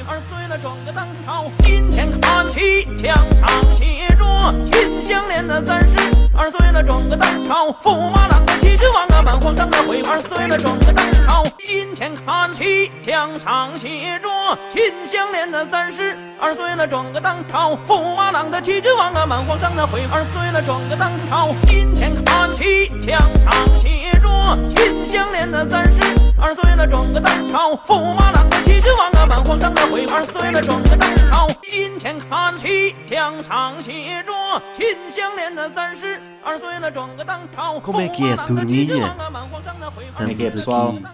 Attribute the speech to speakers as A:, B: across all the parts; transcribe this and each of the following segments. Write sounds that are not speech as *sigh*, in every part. A: Como é que é, turminha?
B: Como é que é,
A: Estamos
B: pessoal?
A: aqui.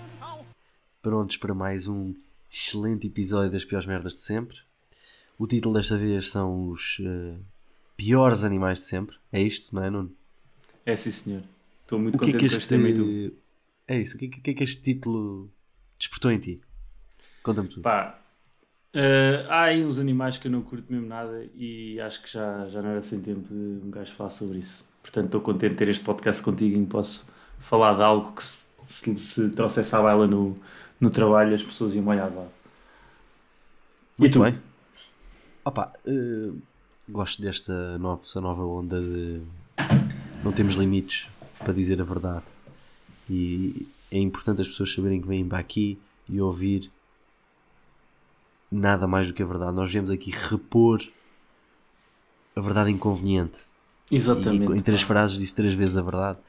B: Prontos para mais um excelente episódio das piores merdas de sempre. O título desta vez são os eh, piores animais de sempre. É isto, não é, Nuno?
C: É sim, senhor. Estou muito
B: O que é
C: contente
B: que
C: com este tema e tu.
B: este... É isso, o que é que- o que é que este título despertou em ti? Conta-me tudo.
C: Pá, eh, há aí uns animais que eu não curto mesmo nada e acho que já, já não era sem tempo de um gajo falar sobre isso. Portanto, estou contente de ter este podcast contigo em que posso falar de algo que se, se, se trouxesse à baila no, no trabalho as pessoas iam olhar de lado. e tu?
B: bem. Opa, eh, gosto desta nova, essa nova onda de não temos limites para dizer a verdade. E é importante as pessoas saberem que vêm para aqui e ouvir nada mais do que a verdade. Nós viemos aqui repor a verdade inconveniente.
C: Exatamente.
B: E, em três
C: pá.
B: frases disse três vezes a verdade.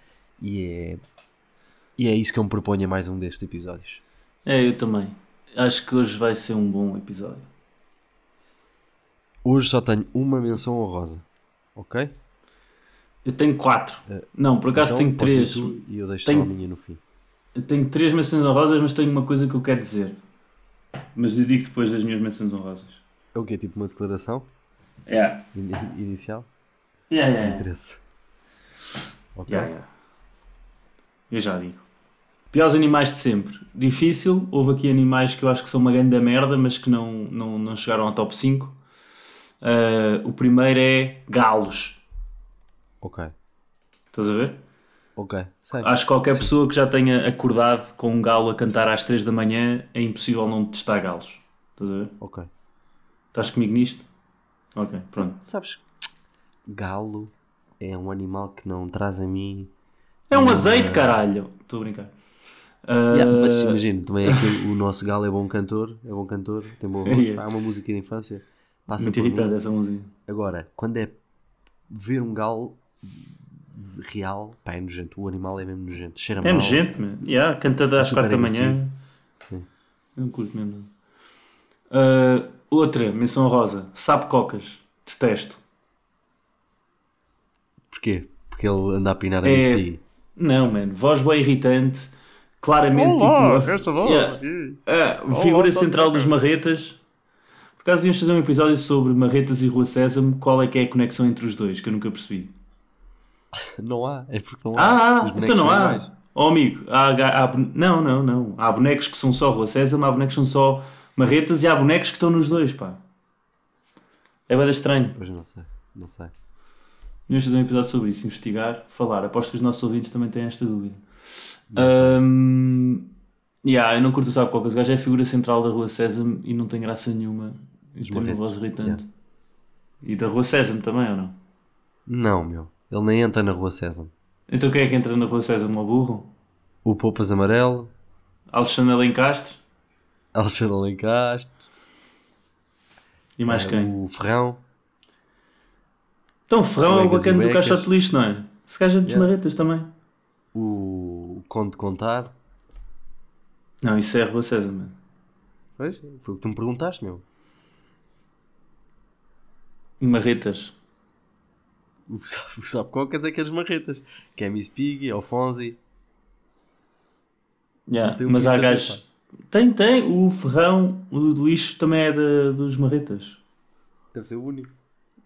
B: E é, e é isso que eu me proponho a mais um destes episódios.
C: É, eu também. Acho que hoje vai ser um bom episódio.
B: Hoje só tenho uma menção honrosa. Ok?
C: Eu tenho quatro. não, por acaso
B: Então,
C: tenho
B: pode
C: três.
B: ser tu E eu deixo
C: Tenho-
B: só a minha no fim.
C: Eu tenho três menções honrosas, mas tenho uma coisa que eu quero dizer. Mas eu digo depois das minhas menções honrosas.
B: É o quê? Tipo uma declaração
C: É.
B: in- inicial?
C: Yeah, yeah, yeah.
B: Interesse. Ok.
C: Yeah, yeah. É, Eu já digo. Piores animais de sempre. Difícil. Houve aqui animais que eu acho que são uma grande merda, mas que não, não, não chegaram ao top 5. Ah, o primeiro é galos.
B: Ok.
C: Estás a ver?
B: Ok. Sei.
C: Acho que qualquer pessoa que já tenha acordado com um galo a cantar às 3 da manhã é impossível não testar galos. Estás a ver?
B: Ok.
C: Estás comigo nisto? Ok, pronto.
B: Sabes, galo é um animal que não traz a mim.
C: É um azeite, caralho! Estou a brincar. Ah,
B: Yeah, mas imagina, também é que o nosso galo é bom cantor, é bom cantor, tem boa voz.
C: Yeah.
B: pá, É uma música de infância. Passa
C: muito
B: por mim.
C: irritante essa música.
B: Agora, quando é ver um galo real, pá, é nojento. O animal é mesmo nojento. Cheira
C: É
B: mal.
C: nojento, man. Yeah, cantada às
B: super
C: 4 da manhã.
B: agressivo. Sim.
C: Eu não curto mesmo. nada. Ah, outra, menção rosa. Sabe cocas. Detesto.
B: Porquê? Porque ele anda a pinar a
C: É,
B: Miss Piggy.
C: Não, mano. Voz bem irritante. Claramente, tipo. a- Yeah. Ah, figura central dos marretas. Por acaso, devíamos fazer um episódio sobre marretas e Rua Sésamo. Qual é que é a conexão entre os dois? Que eu nunca percebi.
B: Não há, é porque não
C: Ah,
B: há.
C: ah,
B: Os bonecos
C: então não
B: são
C: há.
B: iguais.
C: Oh, amigo, há, há- há bone- não, não, não. Há bonecos que são só Rua Sésamo, há bonecos que são só marretas e há bonecos que estão nos dois, pá. É bada estranho.
B: Pois não sei, não sei.
C: Devíamos fazer um episódio sobre isso, investigar, falar. Aposto que os nossos ouvintes também têm esta dúvida. Ahm, yeah, eu não curto o saco cocas. O gajo é a figura central da Rua Sésamo e não tem graça nenhuma. E tem uma
B: Marretas,
C: voz irritante. E da Rua Sésamo também, ou não?
B: Não, meu. Ele nem entra na Rua César.
C: Então quem é que entra na Rua Sésamo ao burro?
B: O Poupas Amarelo, *laughs*
C: Alexandre Alencastre?
B: Alexandre Alencastro,
C: E mais
B: eh,
C: quem?
B: o Ferrão.
C: Então, Ferrão é o
B: Colegas e
C: bacana do
B: becas.
C: caixote de lixo, não é? Esse gajo é dos
B: Yeah.
C: marretas também.
B: O Conde Contar.
C: Não, isso é a Rua César, mano.
B: Pois, foi o que tu me perguntaste, meu.
C: Marretas.
B: O sabe, o sabe cocas é aqueles marretas. Que é Miss Piggy, Alfonsi.
C: Yeah,
B: Tem um
C: Mas há
B: pincel,
C: gajos. Tem, tem. O Ferrão, o do lixo, também é da- dos marretas.
B: Deve ser o único.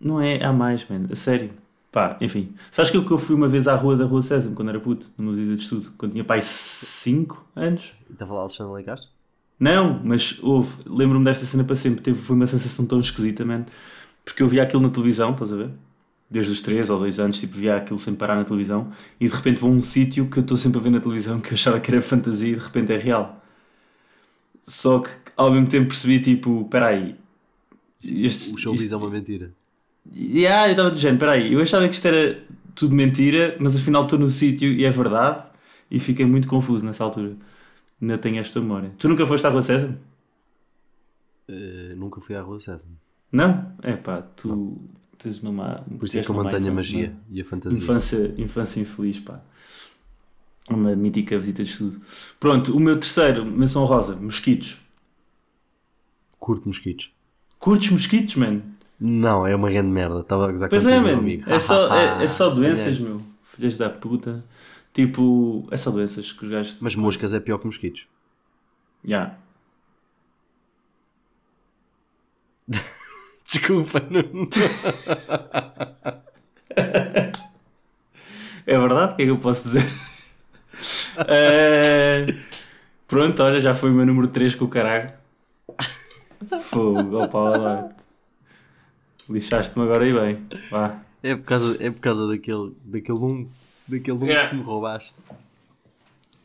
C: Não é, há mais, mano, a sério. Pá, enfim. Sabes que eu, que eu fui uma vez à rua da Rua Sésamo quando era puto, numa visita de estudo, quando tinha pai 5 anos?
B: Estava lá Alexandre Leicastre?
C: Não, mas houve, lembro-me desta cena para sempre, teve, foi uma sensação tão esquisita, mano, porque eu via aquilo na televisão, estás a ver? Desde os 3 ou 2 anos, tipo, via aquilo sem parar na televisão e de repente vou a um sítio que eu estou sempre a ver na televisão *laughs* que eu achava que era fantasia e de repente é real. Só que ao mesmo tempo percebi, tipo, peraí. Este,
B: O showbiz é uma mentira.
C: e ah, eu estava do género, peraí, eu achava que isto era tudo mentira, mas afinal estou no sítio e é verdade, e fiquei muito confuso nessa altura. Ainda tenho esta memória. Tu nunca foste à Rua César?
B: Eh, nunca fui à Rua Sésamo.
C: Não? É pá, tu tens uma má.
B: Por isso é
C: tiveste
B: que eu
C: uma má
B: mantenho a
C: infância,
B: magia
C: uma
B: e a fantasia.
C: é? Infância, infância infeliz, pá. Uma mítica visita de estudo. Pronto, o meu terceiro, menção rosa, mosquitos.
B: Curto mosquitos.
C: Curtes mosquitos, mano?
B: Não, é uma grande merda. Estava a gozar
C: Pois
B: contigo,
C: é,
B: meu
C: mano.
B: amigo.
C: É só, é, é só
B: *laughs* Olha.
C: doenças, meu. Filhas da puta. Tipo, é só doenças que os gajos.
B: Mas moscas é pior que mosquitos.
C: Yeah.
B: *laughs* Desculpa, não.
C: É verdade, o que é que eu posso dizer? Eh, Pronto, olha, já foi o meu número 3 com o caralho. Fogo, ó Paulo Duarte. Lixaste-me agora e bem. Vá.
B: É por causa, é por causa daquele, daquele um, daquele um
C: Yeah.
B: que me roubaste.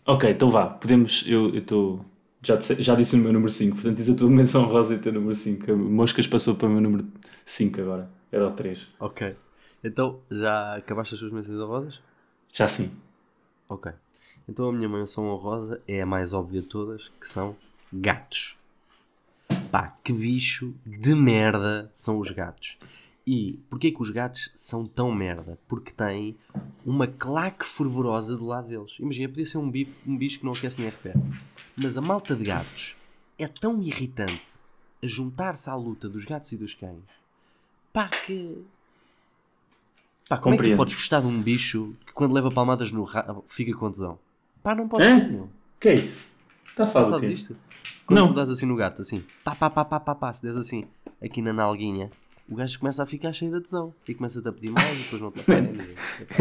C: Ok, então vá, podemos. Eu estou. Já, disse- já disse o meu número 5, portanto diz a tua menção rosa e o teu número 5. Moscas passou para o meu número 5 agora. Era o 3.
B: Ok. Então, já acabaste as tuas menções honrosas?
C: Já sim.
B: Ok. Então a minha menção honrosa é a mais óbvia de todas, que são gatos. Pá, que bicho de merda são os gatos. E porquê que os gatos são tão merda? Porque têm uma claque fervorosa do lado deles. Imagina, podia ser um, bif, um bicho que não aquece nem arrefece. Mas a malta de gatos é tão irritante a juntar-se à luta dos gatos e dos cães. Pá, que... Pá, como é que
C: Compreendo.
B: tu podes gostar de um bicho que quando leva palmadas no rabo fica com tesão? Pá, não pode
C: Hã?
B: ser, meu.
C: Que é isso? Está a fazer o
B: Sabes
C: quê?
B: isto? Quando
C: Não.
B: tu dás assim no gato, assim, pá, pá, pá, pá, pá, pá, se des assim, aqui na nalguinha, o gajo começa a ficar cheio de tesão. E começa-te a pedir mais e
C: *laughs*
B: depois não te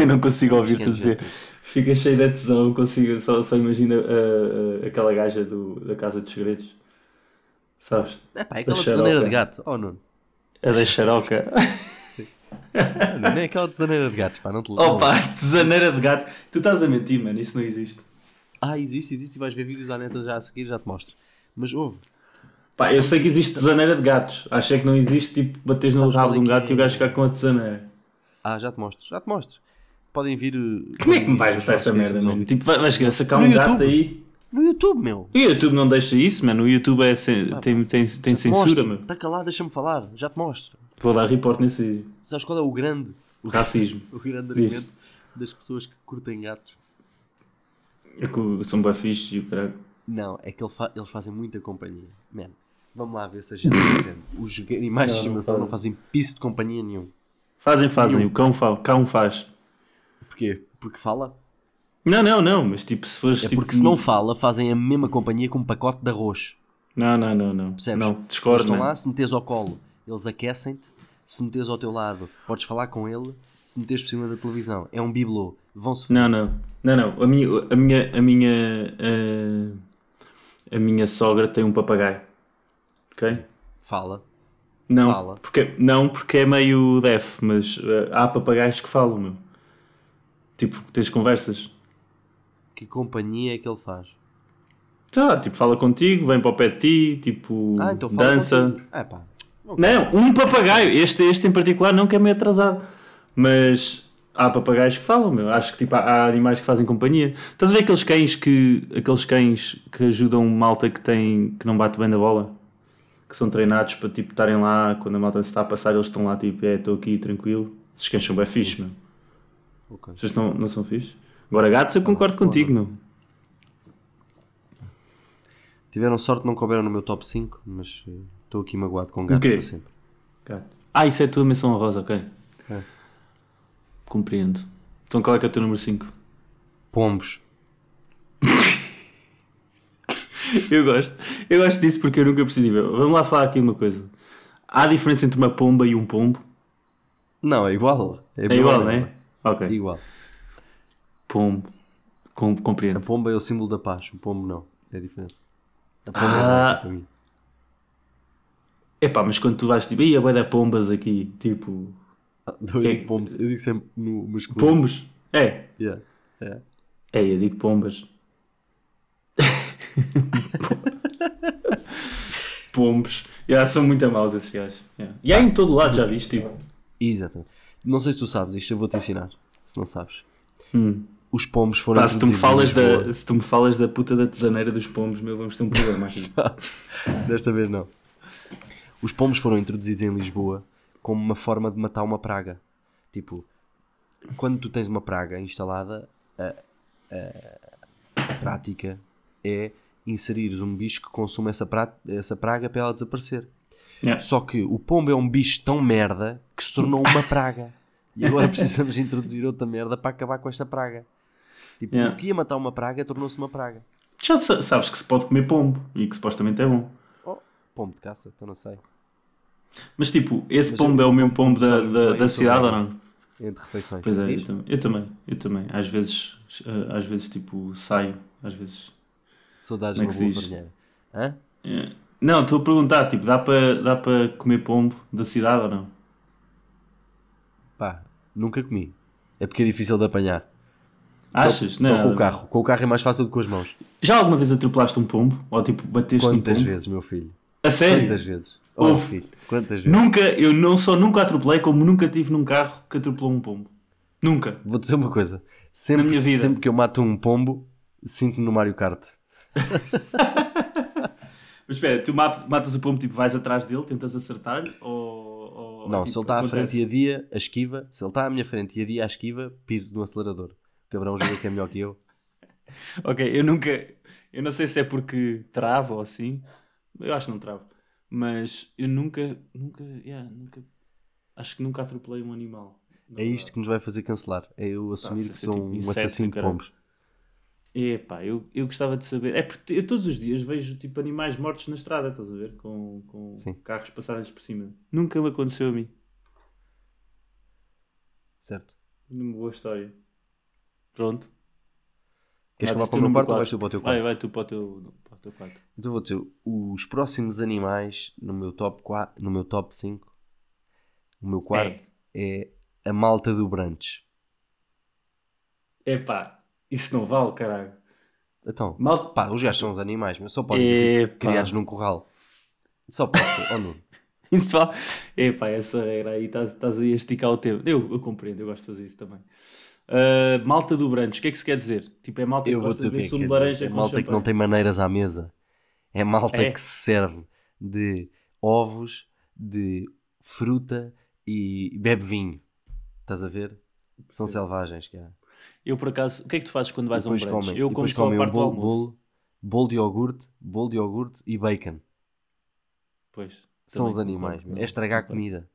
C: Eu não consigo ouvir-te
B: Esquenta.
C: dizer. Fica cheio de tesão, consigo, só, só imagina ah, ah, aquela gaja do, da Casa dos Segredos. Sabes?
B: É pá, é aquela
C: Da
B: tesaneira
C: xarope.
B: de gato. Oh,
C: *laughs*
B: Nuno.
C: A da xaroca.
B: Ah, Nuno, é aquela tesaneira de gatos, pá, não
C: *laughs*
B: te
C: Opa, tesaneira de gato. Tu estás a mentir, mano, isso não existe.
B: Ah, existe, existe e vais ver vídeos à neta já a seguir, já te mostro. Mas houve.
C: Pá, eu sei que existe tesaneira de gatos. Achei que não existe, tipo, bateres no
B: Sabes
C: rabo de
B: qual é
C: um
B: que
C: gato e o
B: é?
C: gajo ficar com a tesaneira.
B: Ah, já te mostro, já te mostro. Podem vir. uh,
C: Como é que me vais
B: os
C: mostrar essa merda,
B: nossos vídeos
C: mano?
B: ao
C: Tipo, vai- vais sacar
B: No
C: um gato
B: YouTube.
C: aí.
B: No YouTube, meu.
C: O YouTube não deixa isso, mano. O YouTube é cen-
B: Ah,
C: tem, tem,
B: é
C: tem censura,
B: Mostra-me.
C: mano.
B: Está calado, deixa-me falar, já te mostro.
C: Vou dar report nesse vídeo.
B: Tu sabes qual é o grande, *laughs*
C: Racismo.
B: o grande
C: Diz.
B: argumento das pessoas que curtem gatos?
C: É que eu sou um bué fixe e o caralho.
B: Não, é que ele fa- eles fazem muita companhia. Man, vamos lá ver se a gente se entende. Os animais de
C: Não, não
B: estimação não
C: fazem.
B: fazem piso de companhia nenhum.
C: Fazem, fazem. O cão, fa... o cão faz.
B: Porquê? Porque fala.
C: Não, não, não. Mas tipo, se fores.
B: É
C: tipo,
B: porque se não fala, fazem a mesma companhia com um pacote de arroz.
C: Não, não, não. não.
B: Percebes?
C: Não,
B: Eles
C: discordo,
B: estão lá,
C: mano.
B: se meteres ao colo, eles aquecem-te. Se meteres ao teu lado, podes falar com ele. Se meteres por cima da televisão, é um bibelô. Vão-se...
C: Não, não. Não, não. A minha. A minha. A minha, eh, a minha sogra tem um papagaio. Ok?
B: Fala.
C: Não,
B: Fala.
C: Porque, não, porque é meio def, mas eh, há papagaios que falam, meu. Tipo, tens conversas.
B: Que companhia é que ele faz?
C: Sei lá, tipo, fala contigo, vem para o pé de ti, tipo,
B: Ah, então fala
C: dança.
B: contigo. É pá.
C: Não, um papagaio. Este, este em particular não que é meio atrasado. Mas há papagaios que falam, meu. Acho que tipo, há, há animais que fazem companhia. Estás a ver aqueles cães que aqueles cães que ajudam malta que tem que não bate bem na bola? Que são treinados para tipo estarem lá quando a malta se está a passar, eles estão lá tipo, é, estou aqui tranquilo. Esses cães são bem fixe, meu.
B: Ok.
C: Vocês não, não são fixe? Agora gatos eu concordo contigo, meu.
B: Tiveram sorte, não couberam no meu top 5, mas eh, estou aqui magoado com gatos
C: quê?
B: para sempre.
C: Gato. Ah, isso é a tua menção honrosa, ok.
B: É.
C: Compreendo. Então qual é que é o teu número 5?
B: Pombos.
C: Eu gosto. Eu gosto disso porque eu nunca percebi. Vamos lá falar aqui uma coisa. Há diferença entre uma pomba e um pombo?
B: Não, é igual.
C: É igual, não é?
B: É
C: Ok.
B: igual.
C: Pombo. Com,
B: A
C: compreendo.
B: pomba é o símbolo da paz, o pombo não. É a diferença. A pomba
C: Ah.
B: é nova para mim.
C: Epá, mas quando tu vais tipo, ia bué da pombas aqui, tipo,
B: *laughs* Ah, Eu
C: Que-
B: digo pombos, eu digo sempre no masculino.
C: pombos? É,
B: Yeah.
C: é, eu digo pombas. *laughs* pombos. Yeah, são muito maus esses gajos. Yeah. E há em todo lado, já viste? Tipo.
B: Exatamente. Não sei se tu sabes, isto eu vou-te ensinar. Se não sabes.
C: Hum.
B: Os pombos foram.
C: Pá, se, tu me falas
B: introduzidos em
C: da,
B: Lisboa.
C: se tu me falas da puta da tesaneira dos pombos, meu, vamos ter um problema *laughs* aqui.
B: Desta vez não. Os pombos foram introduzidos em Lisboa como uma forma de matar uma praga. Tipo, quando tu tens uma praga instalada, a, a- a prática é inserires um bicho que consuma essa, pra- essa praga para ela desaparecer.
C: Yeah.
B: Só que o pombo é um bicho tão merda que se tornou uma praga. E agora precisamos de introduzir outra merda para acabar com esta praga. Tipo,
C: Yeah.
B: o que ia matar uma praga tornou-se uma praga.
C: Já sa- sabes que se pode comer pombo e que supostamente é bom.
B: Oh, pombo de caça, então não sei.
C: Mas tipo, esse
B: Mas
C: pombo
B: eu-
C: é o mesmo pombo da,
B: sabe
C: da,
B: bem,
C: da
B: eu
C: cidade ou
B: também.
C: não?
B: Entre refeições.
C: Pois é, eu,
B: Diz?
C: tam- eu também, eu também. Às vezes, eh, às vezes tipo, saio, às vezes.
B: Saudades de
C: Como é que
B: uma boa
C: se diz?
B: farinheira. Hã?
C: Eh, Não, estou a perguntar, tipo, dá para dá para comer pombo da cidade ou não?
B: Pá, nunca comi. É porque é difícil de apanhar. Só-
C: Achas?
B: Só,
C: não,
B: com
C: não.
B: o carro. Com o carro é mais fácil do que com as mãos.
C: Já alguma vez atropelaste um pombo? Ou tipo, bateste um
B: Quantas
C: pombo?
B: vezes, meu filho?
C: A sério?
B: Quantas vezes? Oh,
C: Ouve.
B: filho, quantas vezes?
C: Nunca, eu não só nunca atropelei, como nunca tive num carro que atropelou um pombo. Nunca.
B: Vou dizer uma coisa. Sempre,
C: Na minha vida.
B: sempre que eu mato um pombo, sinto-me no Mario Kart.
C: Mas espera, tu mat- matas o pombo, tipo, vais atrás dele, tentas acertar-lhe ou. ou-
B: Não,
C: tipo,
B: se ele está à
C: acontece?
B: frente e adia, a esquiva. Se ele está à minha frente e adia, a esquiva, piso no acelerador. O cabrão joga que é melhor que eu.
C: Ok, eu nunca. Eu não sei se é porque travo ou assim. Eu acho que não travo. Mas eu nunca. Nunca. yeah, nunca acho que nunca atropelei um animal.
B: É isto que nos vai fazer cancelar. É eu assumir
C: se
B: que
C: ser
B: sou
C: tipo
B: um
C: insetos,
B: assassino de
C: caralho.
B: pombos.
C: Epá, eu, eu gostava de saber. É porque eu todos os dias vejo tipo animais mortos na estrada, estás a ver? Com, com
B: Sim.
C: carros passados por cima. Nunca me aconteceu a mim.
B: Certo?
C: Uma boa história. Pronto.
B: Queres que
C: Matas
B: eu vá para
C: Ah, tu Ah, número
B: o meu quarto ou vais
C: quatro.
B: tu para o teu quarto?
C: Vai, vai tu para o teu, para o teu quarto.
B: Então vou dizer, os próximos animais no meu top 4, no meu top 5, o meu quarto é, a malta do brunch.
C: Epá, isso não vale, caralho.
B: Então,
C: Mal... *laughs*
B: pá, os gajos são os animais, mas só podem ser
C: Epá.
B: criados num corral. Só pode ser, oh, ou não.
C: Isso vale. Epá, essa regra aí estás, estás aí a esticar o tempo. Eu, eu compreendo, eu gosto de fazer isso também. Ah, malta do Brandos, o que é que se quer dizer? Tipo, é malta
B: *laughs* Eu
C: que
B: vou
C: gosta
B: dizer
C: de
B: o que
C: ver
B: é que quer
C: sumo de laranja
B: dizer. É
C: com
B: malta que não
C: champanhe.
B: tem maneiras à mesa. É malta
C: É.
B: que se serve de ovos, de fruta e bebe vinho. Estás a ver? São selvagens, cara.
C: Eu, por acaso, o que é que tu fazes quando
B: E
C: vais a um
B: depois
C: Brandos?
B: comem-
C: Eu
B: e
C: como
B: depois
C: só a
B: comem um
C: parte do
B: bolo,
C: almoço.
B: bolo, bolo de iogurte, bolo de iogurte e bacon.
C: Pois, também
B: São os
C: concordo,
B: animais.
C: não,
B: é estragar
C: concordo.
B: comida.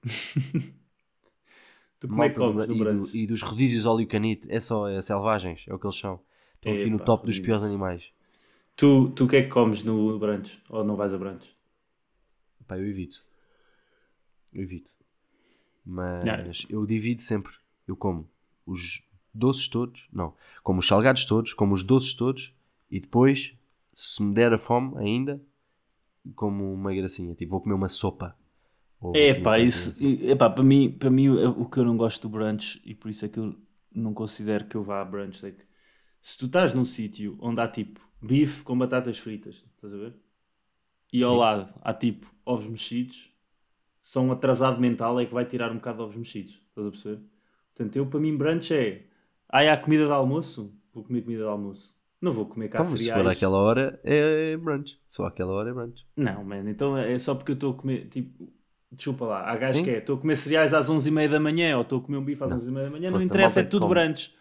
C: Tu como é que comes
B: Malta do-
C: no
B: e, do-
C: Brandos?
B: e dos rodízios óleo canite. É só é selvagens, é o que eles são. Estão aqui no
C: Epá,
B: top dos
C: rodízio.
B: piores animais.
C: Tu tu o que é que comes no Brandos? Ou não vais a Brandos?
B: Pá, eu evito. Eu evito. Mas
C: Yeah.
B: eu divido sempre. Eu como os doces todos, não, como os salgados todos, como os doces todos e depois, se me der a fome ainda, como uma gracinha. Tipo, vou comer uma sopa. Ou vou
C: É
B: comer
C: pá,
B: qualquer
C: isso,
B: coisa assim.
C: é pá, para mim, para mim o o que eu não gosto do brunch e por isso é que eu não considero que eu vá a brunch. É que se tu estás num sítio onde há tipo bife com batatas fritas, estás a ver? E ao
B: Sim.
C: lado há tipo ovos mexidos, só um atrasado mental é que vai tirar um bocado de ovos mexidos, estás a perceber? Portanto, eu para mim brunch é, ai há comida de almoço, vou comer comida de almoço. Não vou comer cá
B: Então, se
C: cereais.
B: for àquela hora, é brunch. Se for àquela hora, é brunch.
C: Não, mano, então é só porque eu estou a comer, tipo, desculpa lá, há gajos
B: Sim.
C: que é, estou a comer cereais às 11h30 da manhã, ou estou a comer um bife às
B: Não.
C: 11h30 da manhã, não
B: Se fosse a
C: interessa, é
B: malta que
C: tudo
B: come.
C: branches.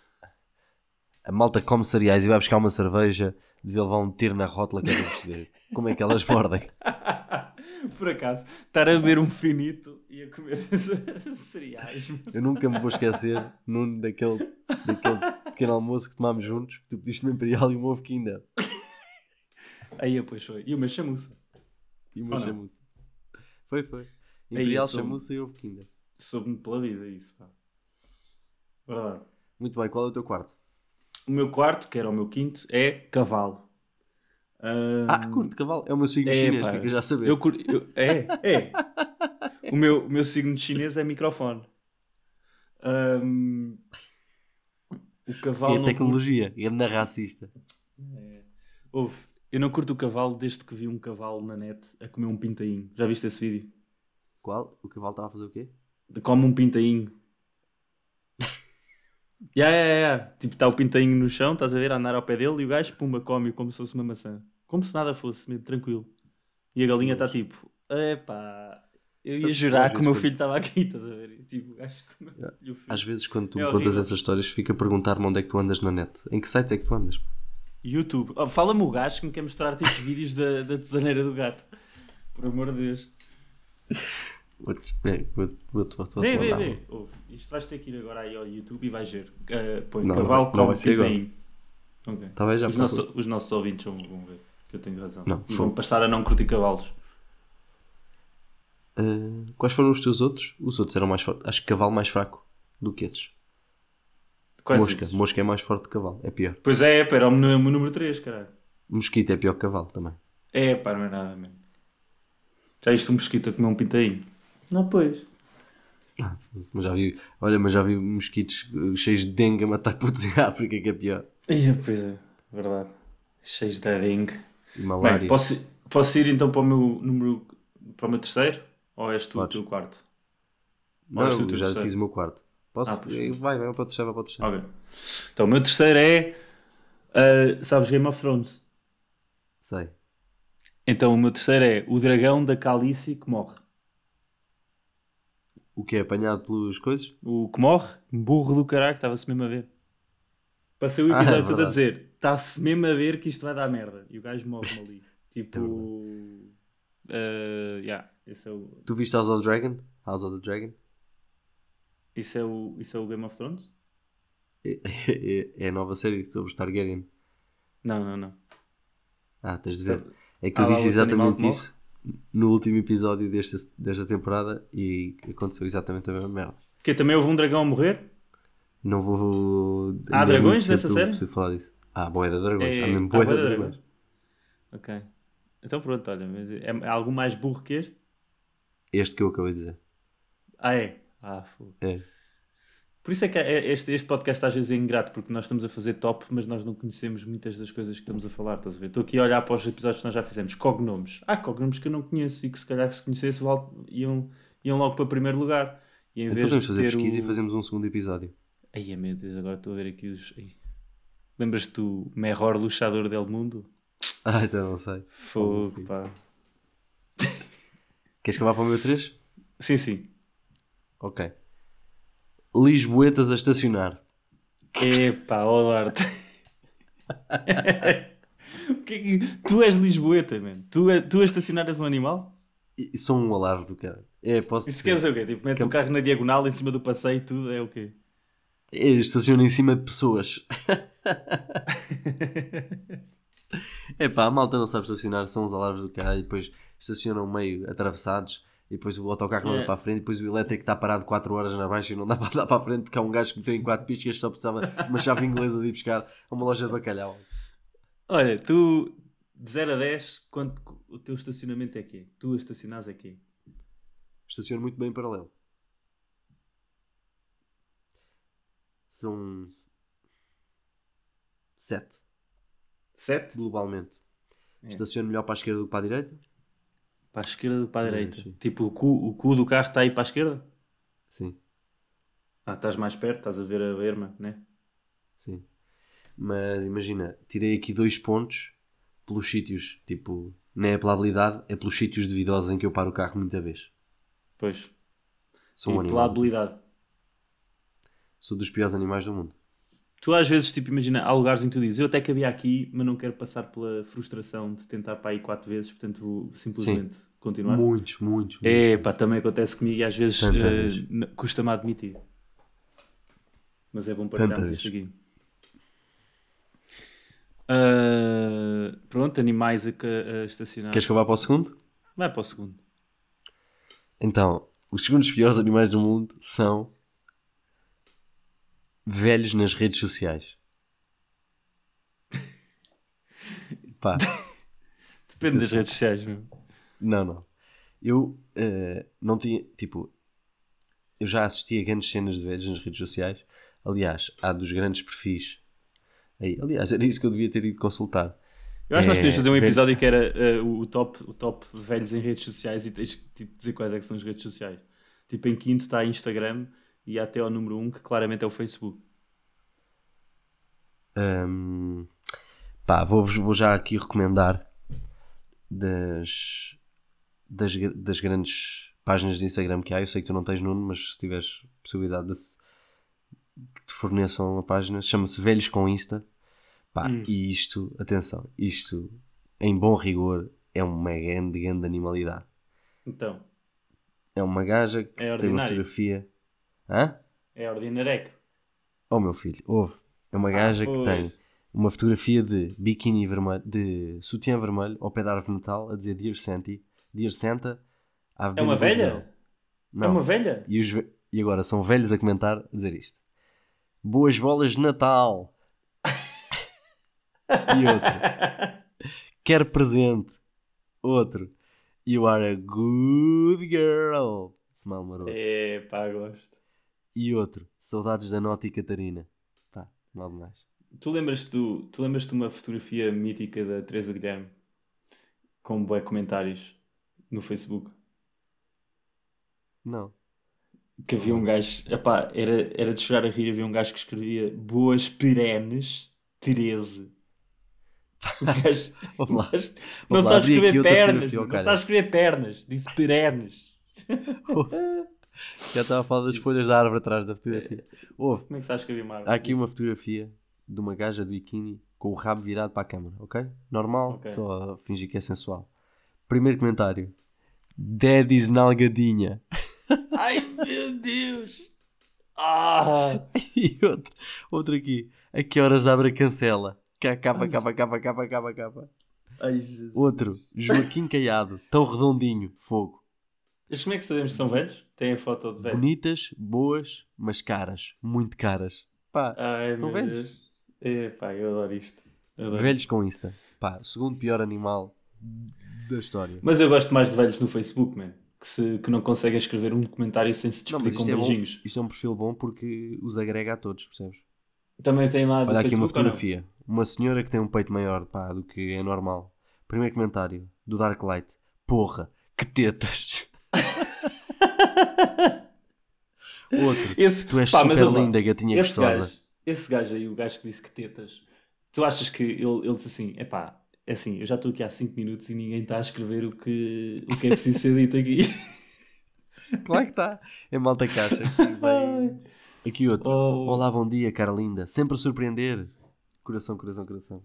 B: A malta come cereais e vai buscar uma cerveja, devia levar um tiro na rótula, quero perceber. Como é que elas mordem?
C: *laughs* Por acaso, estar a beber um finito e a comer *laughs* cereais. meu.
B: Eu nunca me vou esquecer, Nuno, daquele, daquele pequeno almoço que tomámos juntos, que tu pediste uma imperial e um ovo kinder.
C: Aí, ah, pois foi. E uma chamuça.
B: E uma
C: Ou não? É
B: chamuça. Foi, foi. Imperial
C: isso.
B: chamuça e ovo Kinder.
C: Soube-me pela vida isso, pá. Verdade.
B: Muito bem, qual é o teu quarto?
C: O meu quarto, que era o meu quinto, é cavalo. Ahm,
B: Ah, curto cavalo. É o meu signo
C: é,
B: chinês,
C: pá.
B: fica já a saber.
C: Hum. eu cur- eu- é, é. O meu, o meu signo de chinês é microfone. Ahm, o cavalo.
B: E
C: não
B: a
C: curto-
B: é tecnologia, ele não é racista.
C: Ouve, eu não curto o cavalo desde que vi um cavalo na net a comer um pintainho. Já viste esse vídeo?
B: Qual? O cavalo estava a fazer o quê?
C: De Come um
B: *laughs*
C: pintainho. Ya, ya, ya. Tipo, está o pintainho no chão, estás a ver, a andar ao pé dele e o gajo, pumba, come como se fosse uma maçã. Como se nada fosse, mesmo, tranquilo. E a galinha está tipo, epá, eu ia
B: Sabes que às
C: jurar que o
B: vezes
C: meu
B: quando-
C: filho estava aqui, estás a ver? E, tipo, o gajo comeu o filho.
B: Às vezes, quando tu
C: É
B: me
C: horrível.
B: contas essas histórias, fica a perguntar-me onde é que tu andas na net. Em que sites é que tu andas?
C: YouTube. Oh, Fala-me o gajo que me quer mostrar tipo vídeos da, da tesoneira do gato. Por amor de Deus.
B: Vou-te bem, vou- vou-te- vou-te
C: Vê, vê,
B: mandar
C: vê.
B: um.
C: Ouve, Isto vais ter que ir agora aí ao YouTube e vais ver. Uh, põe
B: Não,
C: cavalo
B: não
C: com
B: vai ser agora.
C: pintainho. Ok.
B: Tá bem, já
C: os,
B: procuro.
C: nosso, os nossos ouvintes vão, vão ver que eu tenho razão.
B: Não,
C: E
B: foi.
C: vão passar a não curtir cavalos.
B: Ah, quais foram os teus outros? Os outros eram mais fortes. Acho que cavalo mais fraco do que esses.
C: Quais
B: mosca.
C: esses?
B: Mosca é mais forte que cavalo. É pior.
C: Pois é, pera, o meu, o meu número 3, caralho.
B: Mosquito é pior que cavalo também.
C: É, pá, não é nada, mano. Já isto um mosquito a comer um pintainho? Não, pois.
B: Ah, foda-se, mas já vi, olha, mas já vi mosquitos eh, cheios de dengue a matar putos *laughs* em África, que é pior.
C: Ia, pois é, verdade. Cheios de dengue.
B: E
C: Bem,
B: malária.
C: posso, posso ir então para o meu número, para o meu terceiro? Ou és tu
B: Podes.
C: o teu quarto?
B: Não,
C: Olha, tu, tu,
B: já
C: tu, tu.
B: fiz o meu quarto. Posso?
C: Ah, pois. Ah.
B: Eh, vai, vai, vai para o terceiro, vai para o terceiro.
C: Ok. Então, o meu terceiro é. ah, sabes Game of Thrones?
B: Sei.
C: Então, o meu terceiro é O Dragão da Calice que morre.
B: O que é apanhado pelas coisas?
C: O que morre? Burro do caralho, estava-se mesmo a ver. Passei o
B: Ah, é
C: episódio todo a
B: verdade.
C: dizer: está-se mesmo a ver que isto vai dar merda. E o gajo morre-me
B: *laughs*
C: ali. tipo. ah, yeah, esse é o.
B: Tu viste House of the Dragon? House of the Dragon? *laughs*
C: Isso é o, isso é o Game of Thrones?
B: É, é a nova série sobre os Targaryen.
C: Não, não, não.
B: Ah, tens de ver. É que
C: Ah,
B: eu
C: lá
B: disse
C: outro animal que
B: exatamente isso no último episódio desta, desta temporada e aconteceu exatamente a mesma merda.
C: Porque também houve um dragão a morrer?
B: Não vou.
C: Há
B: ainda é
C: dragões
B: muito
C: nessa
B: cedo para eu
C: série?
B: perceber falar disso. Ah, boia de dragões.
C: É,
B: Há mesmo
C: há
B: boia
C: bué
B: de
C: de
B: dragões.
C: Ok. Então pronto, olha, mas é, é algo mais burro que este?
B: Este que eu acabei de dizer.
C: Ah, é? Ah, fogo.
B: É.
C: Por isso é que é- este, este podcast às vezes é ingrato, porque nós estamos a fazer top, mas nós não conhecemos muitas das coisas que estamos a falar, estás a ver? Estou aqui a olhar para os episódios que nós já fizemos. Cognomes. Há cognomes que eu não conheço e que se calhar se conhecesse val- iam, iam logo para primeiro lugar. E em
B: Então
C: vez
B: vamos
C: de
B: fazer
C: ter
B: pesquisa
C: o...
B: e fazemos um segundo episódio. *laughs*
C: Ai, é, meu Deus, agora estou a ver aqui os... Ai. Lembras-te do Merror Luchador del Mundo?
B: Ah, então não sei.
C: Fogo,
B: filho.
C: pá.
B: Queres acabar para o meu 3?
C: Sim, sim.
B: Ok. Lisboetas a estacionar.
C: Epá, ó Duarte. *laughs* O que é que- Tu és Lisboeta, mano. Tu, é... tu a estacionares um animal?
B: E sou um alarve do cara. É, posso.
C: Isso quer
B: dizer.
C: dizer o quê? Tipo, metes o
B: Que-
C: carro na diagonal em cima do passeio e tudo, é o quê?
B: Eu estaciono em cima de
C: *laughs*
B: pessoas. É pá, a malta não sabe estacionar, são uns alarves do caralho. e Depois estacionam meio atravessados. E depois o autocarro não
C: É.
B: anda para a frente. E depois o elétrico está parado 4 horas na baixa e não dá para dar para a frente porque há um gajo que meteu em 4 piscas só precisava de uma chave inglesa de ir buscar a uma loja de bacalhau.
C: Olha, tu de 0 a 10, quanto o teu estacionamento é quê? Tu a estacionares é quê?
B: Estaciono muito bem em paralelo. São um 7
C: 7?
B: globalmente.
C: É.
B: Estaciono melhor para a esquerda do que para a direita?
C: Para a esquerda ou para a
B: É,
C: direita?
B: sim.
C: tipo, o cu, o cu do carro está aí para a esquerda?
B: Sim,
C: Ah, estás mais perto, estás a ver a berma, né?
B: sim. Mas imagina, tirei aqui dois pontos pelos sítios, tipo, não é pela habilidade, é pelos sítios duvidosos em que eu paro o carro muita vez.
C: Pois. e
B: Sou um
C: pela
B: animal.
C: habilidade.
B: Sou dos piores animais do mundo.
C: Tu às vezes, tipo, imagina, há lugares em que tu dizes eu até cabia aqui, mas não quero passar pela frustração de tentar para aí quatro vezes, portanto vou simplesmente continuar.
B: Muitos, muitos. muitos.
C: É, pá, também acontece comigo e às vezes
B: Tanta
C: eh,
B: vez.
C: n- custa-me a admitir. Mas é bom partilharmos
B: Tanta
C: isto aqui. Ah, pronto, animais a, ca- a estacionar.
B: Queres que eu vá para o segundo?
C: Vai para o segundo.
B: Então, os segundos piores animais do mundo são velhos nas
C: *laughs*
B: redes sociais. Pá,
C: Depende das redes sociais, meu.
B: não, não. Eu eh, não tinha, tipo, eu já assisti a grandes cenas de velhos nas redes sociais. Aliás, há dos grandes perfis. Aí, aliás, era isso que eu devia ter ido consultar.
C: Eu acho que nós podíamos
B: É,
C: fazer um
B: velho-
C: episódio que era eh, o, o top, o top velhos em redes sociais e tens que tipo, dizer quais é que são as redes sociais. Tipo, em quinto está Instagram e há até ao número um, que claramente é o Facebook.
B: Ahm, pá, vou, vou já aqui recomendar das, das, gr- das grandes páginas de Instagram que há. Eu sei que tu não tens Nuno, mas se tiveres possibilidade de se- que te forneçam a página, chama-se Velhos com Insta. Pá, e isto, atenção, isto em bom rigor é uma grande, grande animalidade.
C: Então,
B: É uma gaja que tem uma
C: ordinário.
B: fotografia. Hã?
C: é ordinareco.
B: Oh meu filho, houve. É uma gaja que
C: Ah, pois.
B: tem uma fotografia de biquíni vermelho, de sutiã vermelho ao pé da árvore de Natal a dizer Dear Santi, Dear Santa, I've
C: É
B: been
C: uma
B: a good
C: velha?
B: girl."
C: É
B: Não.
C: uma velha?
B: E, os ve- e agora são velhos a comentar a dizer isto. Boas bolas de Natal. e outro.
C: *laughs*
B: Quero presente. Outro. You are a good girl. Smile maroto.
C: É, pá, gosto.
B: E outro. Saudades da Nota e Catarina. Pá, mal demais.
C: Tu lembras-te do- tu lembras de uma fotografia mítica da Teresa Guilherme com bué comentários no Facebook?
B: Não.
C: que havia um gajo, epá, era, era de chorar a rir, havia um gajo que escrevia Boas Perenes, Tereze.
B: *laughs*
C: O gajo,
B: Vamos
C: o
B: lá.
C: gajo não
B: Vamos lá,
C: sabe
B: abri aqui
C: escrever
B: outra
C: pernas,
B: fotografia,
C: não
B: cara.
C: sabe escrever pernas, disse perenes.
B: Já estava a falar das folhas da árvore atrás da fotografia. Houve.
C: Como é que sabe escrever Marcos?
B: Há aqui uma fotografia de uma gaja de biquíni com o rabo virado para a câmara, ok? Normal,
C: Ok.
B: só a fingir que é sensual. Primeiro comentário. Daddy's nalgadinha.
C: Ai meu Deus! Ah,
B: *laughs* E outro, outro aqui. A que horas abre a cancela? Capa, capa, capa, capa, capa, capa. Outro. Joaquim Caiado. Tão redondinho. Fogo.
C: mas como é que sabemos que são velhos? Tem a foto de velho.
B: Bonitas, boas, mas caras. Muito caras. Pá.
C: Ai,
B: São
C: meu
B: velhos.
C: Deus. Epá, eu adoro isto. Adoro.
B: Velhos com Insta. Pá, o segundo pior animal da história.
C: Mas eu gosto mais de velhos no Facebook, man. Que, se, que não conseguem escrever um comentário sem se
B: Não,
C: despedir
B: mas
C: com
B: isto é, bom,
C: beijinhos.
B: isto é um perfil bom porque os agrega a todos, percebes?
C: Também tem lá do
B: Olha aqui uma
C: Facebook ou não?
B: fotografia. Uma senhora que tem um peito maior pá, do que é normal. Primeiro comentário do Dark Light. Porra, que tetas. *laughs* Outro.
C: Esse,
B: Tu és
C: pá, mas
B: super
C: olha lá,
B: linda, gatinha
C: esse
B: gostosa.
C: gajo, esse gajo aí, o gajo que disse que tetas, tu achas que ele, ele disse assim: epá, é assim, eu já estou aqui há 5 minutos e ninguém está a escrever o que, o que é preciso ser dito aqui.
B: *laughs* Claro que está. É malta caixa.
C: *laughs*
B: que vai- Aqui outro.
C: Oh.
B: Olá, bom dia, cara linda. Sempre a surpreender. Coração, coração, coração.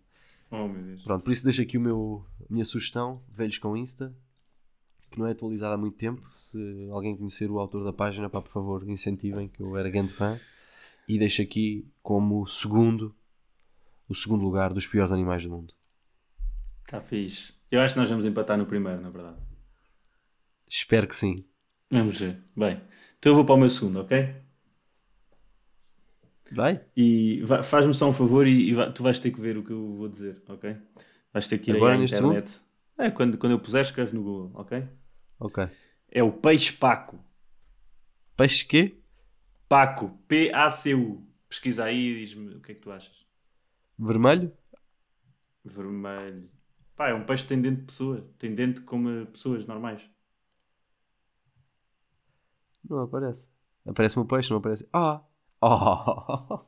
C: oh meu Deus.
B: Pronto, por isso deixo aqui o meu, a minha sugestão, Velhos com Insta, que não é atualizada há muito tempo. Se alguém conhecer o autor da página, pá, por favor, incentivem, que eu era grande fã. E deixo aqui como segundo, o segundo lugar dos piores animais do mundo.
C: Está Tá fixe. Eu acho que nós vamos empatar no primeiro, na verdade.
B: Espero que sim.
C: Vamos ver. Bem, então eu vou para o meu segundo, ok?
B: Vai?
C: E va- faz-me só um favor e, e va- tu vais ter que ver o que eu vou dizer, ok? Vais ter que ir
B: Agora,
C: aí à
B: neste
C: internet. É, quando, quando eu puser, escreve no Google, ok?
B: Ok.
C: É o peixe paco.
B: Peixe quê?
C: Paco, P-A-C-U. Pesquisa aí e diz-me o que é que tu achas.
B: Vermelho?
C: Vermelho. Pá, é um peixe que tem dente de pessoa. Tem dente como eh, pessoas normais.
B: Não aparece. Aparece-me o peixe, não aparece. Ah! Oh!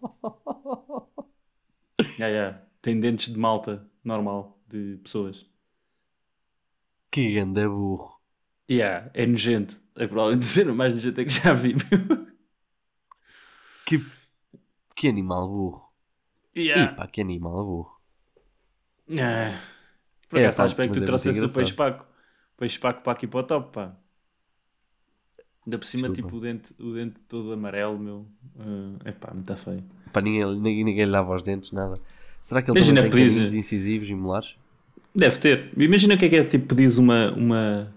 C: Ya, ya. Tem dentes de malta normal, de pessoas.
B: *laughs* Que ganda burro.
C: Yeah, é nojento. É provavelmente a cena mais
B: é
C: nojenta que já vi. meu.
B: Que, que animal burro.
C: yeah.
B: Ih, pá, que animal burro.
C: Ah. Por
B: É,
C: acaso, estava à
B: pá,
C: espera que tu
B: mas é muito
C: trouxesse o
B: engraçado.
C: peixe paco. Peixe paco para aqui para o top, pá. Ainda por cima,
B: Desculpa.
C: tipo, o dente, o dente todo amarelo, meu. é pá, muito feio.
B: Pá, ninguém, ninguém, ninguém lhe lava os dentes, nada. Será que ele
C: Imagina
B: também
C: a
B: tem
C: presa.
B: carinhos incisivos e molares?
C: Deve ter. Imagina o que é que é tipo pedires uma, uma,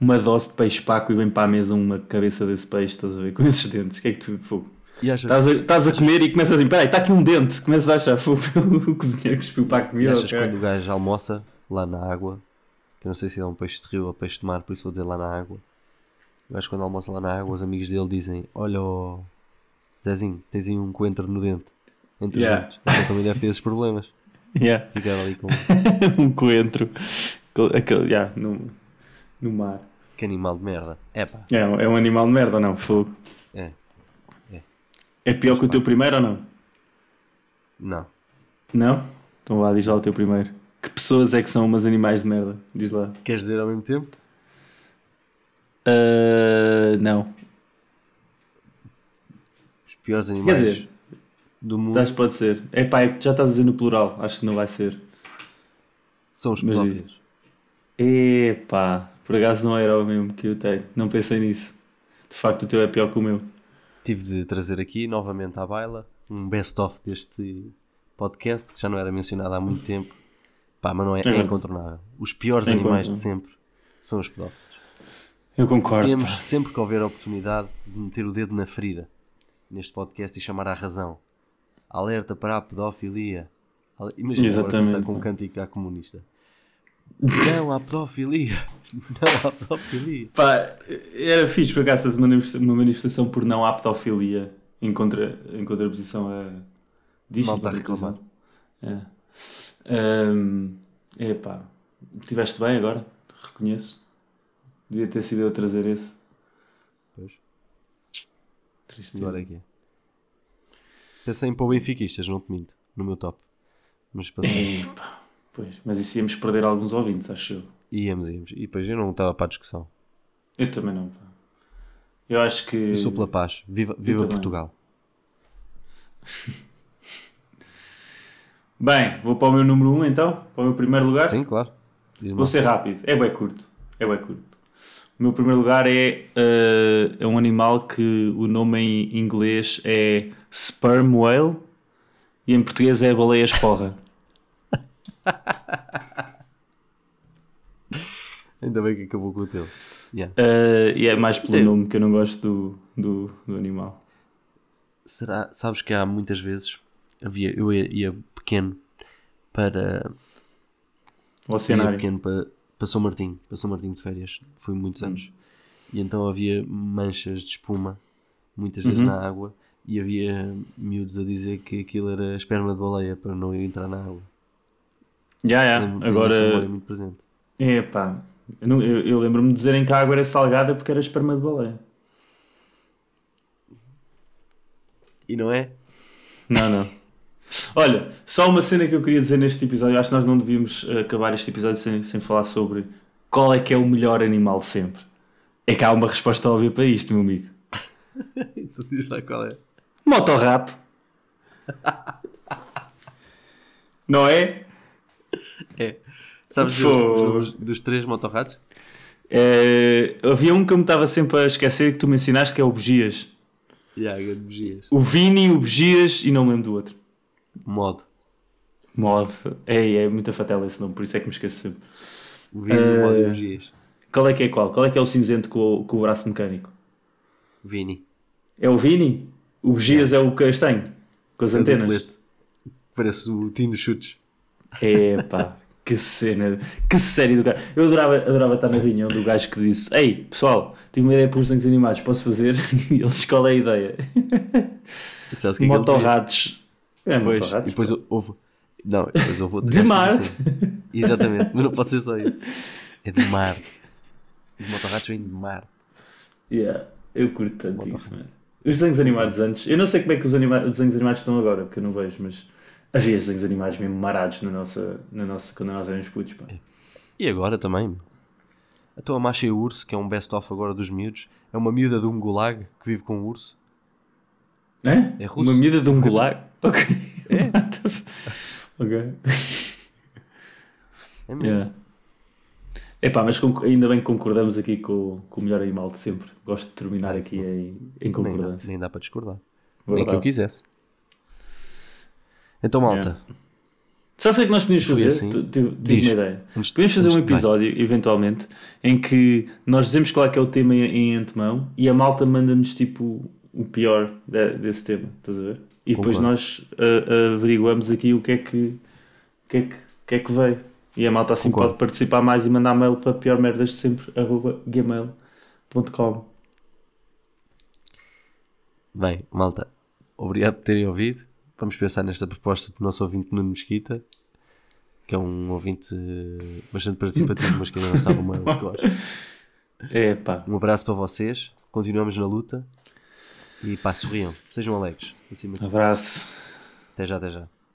C: uma dose de peixe paco e vem para a mesa uma cabeça desse peixe, estás a ver? Com esses dentes, o que é que tu. Fogo.
B: E achas,
C: Estás a, estás a comer e começas assim, peraí, está aqui um dente, começas a achar fogo, *laughs* o cozinheiro que espiu para a
B: e
C: comida.
B: achas que
C: cara.
B: quando o gajo almoça lá na água, que eu não sei se é um peixe de rio ou peixe de mar, por isso vou dizer lá na água. Eu acho que quando almoça lá na água, os amigos dele dizem: Olha, ó, Zezinho, tens aí um coentro no dente. Entre
C: Yeah.
B: os dentes. Então também deve ter esses problemas.
C: Yeah. *laughs*
B: Ficar ali com.
C: um coentro, Aquele- aquele, yeah, no, no mar.
B: Que animal de merda. Epá,
C: É, é um animal de merda ou não? Fogo.
B: É. É.
C: É pior que o teu primeiro ou não?
B: não.
C: Não? Então vá, diz lá o teu primeiro. Que pessoas é que são umas animais de merda? Diz lá.
B: Queres dizer ao mesmo tempo?
C: Ah, não.
B: Os piores
C: Quer
B: animais
C: dizer,
B: do mundo
C: estás, pode ser. É pá, é que já estás a dizer no plural. Acho que não vai ser.
B: são os
C: mas diz.
B: pedófilos.
C: Epá, por acaso não era o mesmo que eu tenho. Não pensei nisso. De facto, o teu é pior que o meu.
B: Tive de trazer aqui novamente à baila um best-of deste podcast que já não era mencionado há muito tempo. Pá, mas não é, é
C: verdade.
B: incontornável. Os piores
C: É
B: animais de
C: incontornável.
B: sempre são os pedófilos.
C: Eu concordo.
B: Temos sempre que houver a oportunidade de meter o dedo na ferida neste podcast e chamar à razão. Alerta para a pedofilia. Ale- Imagina agora
C: Exatamente.
B: começar com um cântico à comunista. Não à pedofilia. *laughs* Não à pedofilia.
C: Pá, era fixe por acaso fazer uma manifesta- uma manifestação por não à pedofilia em, contra, em contraposição a. Diz
B: Malta a reclamar.
C: É. Ahm, epá, estiveste bem agora, reconheço. Devia ter sido eu a trazer esse.
B: Pois.
C: Triste.
B: Agora é que é. Pensei em pôr benfiquistas, não te minto, no meu top.
C: *coughs*
B: Mas passei.
C: Epá, pois, mas isso íamos perder alguns ouvintes, acho eu.
B: E íamos, íamos. E depois eu não estava para a discussão.
C: Eu também não, pá. Eu acho que.
B: Eu sou pela paz. Viva, viva
C: Eh, também.
B: Portugal.
C: Bem, vou para o meu número 1 um, então, para o meu primeiro lugar.
B: Sim, claro. Diz-me
C: Vou
B: lá.
C: ser rápido, é bem curto. É bem curto. O meu primeiro lugar é, eh, é um animal que o nome em inglês é sperm whale e em português é baleias
B: *laughs*
C: porra.
B: Ainda bem que acabou com o teu. Yeah.
C: Eh, e é mais pelo
B: Sim.
C: nome que eu não gosto do, do, do animal.
B: Será, sabes que há muitas vezes havia, eu ia, ia pequeno para
C: O
B: ia
C: cenário.
B: é pequeno para, para São Martinho, para São Martinho de férias, fui muitos anos. E então havia manchas de espuma, muitas vezes na água, e havia miúdos a dizer que aquilo era esperma de baleia para não entrar na água.
C: Já, já.
B: Tenho- tenho essa memória
C: Agora,
B: muito presente.
C: é pá. Eu, não- eu- eu lembro-me de dizerem que a água era salgada porque era esperma de baleia.
B: E não é?
C: Não, não. *laughs* Olha, só uma cena que eu queria dizer neste episódio. Acho que nós não devíamos eh, acabar este episódio sem, sem falar sobre qual é que é o melhor animal de sempre. É que há uma resposta óbvia para isto, meu amigo.
B: então diz lá qual é.
C: *laughs* Motorrato. Não é?
B: É. Sabes dizer
C: Fogo.
B: os, os nomes dos três motorratos?
C: Eh, havia um que eu me estava sempre a esquecer e que tu me ensinaste que é o Bugias.
B: E há grande bugias.
C: O Vini, o Bugias e não me lembro do outro.
B: Mod.
C: Mod. É, é muita fatela esse nome, por isso é que me esqueço sempre.
B: O Vini, o Mod e
C: Eh.
B: o bugias.
C: Qual é que é qual? Qual é que é o cinzento com o- com o braço mecânico?
B: Vini.
C: É o Vini? O Bugias é, o castanho? Com as
B: É do
C: antenas?
B: colete. Parece o Tim dos Chutes.
C: Epá, que cena, que série do gajo. Eu adorava, adorava estar na reunião do gajo que disse: Ei, pessoal, tive uma ideia para os desenhos animados, posso fazer? *laughs* E eles escolhem a ideia.
B: E Sabes o é que é que ele dizia?
C: Motorratos. É,
B: Pois, e
C: motorratos.
B: depois houve. Não, depois houve outro
C: De
B: gajo que
C: Marte.
B: diz assim. Exatamente, mas não pode ser só isso. É de Marte. Os motorratos vêm de Marte.
C: Yeah, eu curto tanto isso, mano. Os desenhos animados antes, eu não sei como é que os, anima- os desenhos animados estão agora, porque eu não vejo, mas havia desenhos animados mesmo marados na nossa, na nossa, quando nós éramos putos.
B: É.
C: Pá.
B: E agora também. meu. A tua Macha e o Urso, que é um best-of agora dos miúdos, é uma miúda de um gulag que vive com um urso.
C: Hã?
B: É russo.
C: Uma miúda de um
B: *laughs*
C: gulag? Ok. É. ok.
B: É mesmo?
C: Yeah. Epá, mas conc- ainda bem que concordamos aqui com, o- com o melhor animal de sempre. Gosto de terminar
B: Ah,
C: aqui
B: sim.
C: em, em
B: Nem, dá,
C: concordância.
B: nem dá para discordar. Nem que eu
C: Verdade.
B: quisesse. Então, malta,
C: Sabes o que é que nós podíamos
B: Fui
C: fazer?
B: assim.
C: Tu- Tive, tive
B: Diz.
C: uma ideia.
B: Mas-
C: Podíamos fazer
B: mas-
C: um episódio, eventualmente, em que nós dizemos qual é que é o tema em, em antemão e a malta manda-nos tipo o pior de- desse tema, estás a ver? E depois
B: Concordo.
C: nós ah, averiguamos aqui o que é que, o que, é que, o que, é que veio. E a malta assim
B: Concordo.
C: pode participar mais e mandar mail para piormerdas de sempre, arroba gmail.com.
B: Bem, malta, obrigado por terem ouvido. Vamos pensar nesta proposta do nosso ouvinte Nuno Mesquita, que é um ouvinte eh, bastante participativo, mas que ainda não sabe o mail de cor.
C: É pá,
B: Um abraço para vocês, continuamos na luta e pá, sorriam, sejam alegres. Acima de tudo.
C: abraço.
B: Até já, até já.